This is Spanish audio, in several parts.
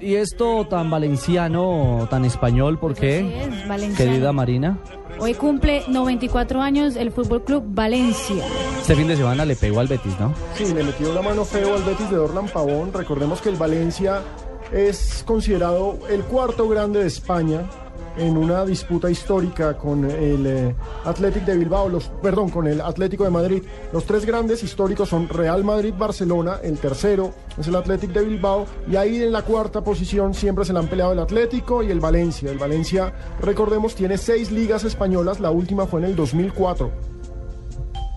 Y esto tan valenciano, tan español, ¿por Así qué? es, valenciano. Querida Marina, Hoy cumple 94 años el Fútbol Club Valencia. este fin de semana le pegó al Betis, ¿no? Sí, le metió la mano feo al Betis de Dorlan Pavón. Recordemos que el Valencia es considerado el cuarto grande de España en una disputa histórica con el eh, Athletic de Bilbao, los, perdón, con el Atlético de Madrid. Los tres grandes históricos son Real Madrid, Barcelona, el tercero es el Athletic de Bilbao y ahí en la cuarta posición siempre se la han peleado el Atlético y el Valencia. El Valencia, recordemos, tiene seis ligas españolas, la última fue en el 2004.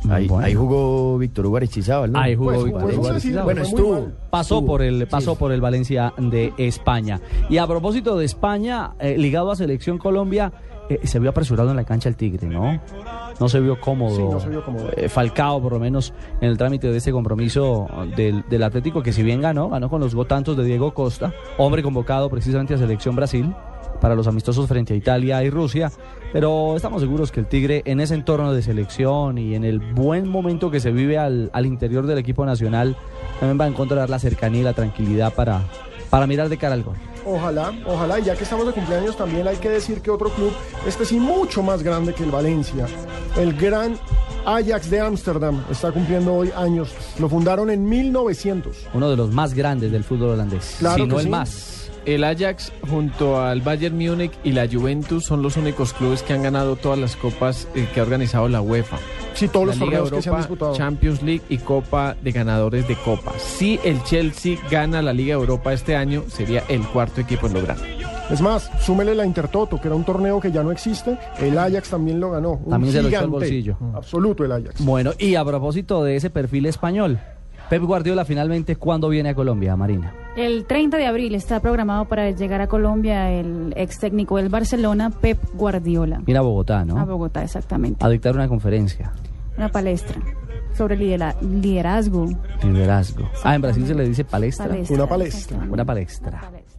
Ahí, Bueno. ahí jugó Víctor Hugo Aristizábal, ¿no? Ahí jugó Pues, Víctor pues, Hugo no sé si Aristizábal. fue Bueno, muy estuvo. mal. Pasó Estuvo. por el pasó Sí. por el Valencia de España. Y a propósito de España, eh, ligado a selección Colombia, eh, se vio apresurado en la cancha el Tigre, ¿no? No se vio cómodo. Sí, no se vio cómodo. eh, Falcao por lo menos en el trámite de este compromiso del, del Atlético que si bien ganó, ganó con los gotantos de Diego Costa, hombre convocado precisamente a selección Brasil para los amistosos frente a Italia y Rusia, pero estamos seguros que el Tigre en ese entorno de selección y en el buen momento que se vive al, al interior del equipo nacional también va a encontrar la cercanía y la tranquilidad para, para mirar de cara al gol. Ojalá, ojalá, y ya que estamos de cumpleaños también hay que decir que otro club, este sí mucho más grande que el Valencia, el gran Ajax de Ámsterdam, está cumpliendo hoy años, lo fundaron en 1900. Uno de los más grandes del fútbol holandés, Claro si no que el sí. más. El Ajax junto al Bayern Múnich y la Juventus son los únicos clubes que han ganado todas las copas eh, que ha organizado la UEFA. Sí, todos la los Liga torneos que se han Europa, disputado. Champions League y Copa de Ganadores de Copa. Si el Chelsea gana la Liga Europa este año, sería el cuarto equipo en lograrlo. Es más, súmele la Intertoto, que era un torneo que ya no existe, el Ajax también lo ganó. un También se lo echó al gigante, bolsillo. Absoluto el Ajax. Bueno, y a propósito de ese perfil español, Pep Guardiola finalmente, ¿cuándo viene a Colombia, Marina? El 30 de abril está programado para llegar a Colombia el ex técnico del Barcelona, Pep Guardiola. Viene a Bogotá, ¿no? A Bogotá, exactamente. a dictar una conferencia. Una palestra sobre lidera- liderazgo. Liderazgo. Ah, en Brasil se le dice palestra. Una palestra. exactamente. Una palestra. Una palestra.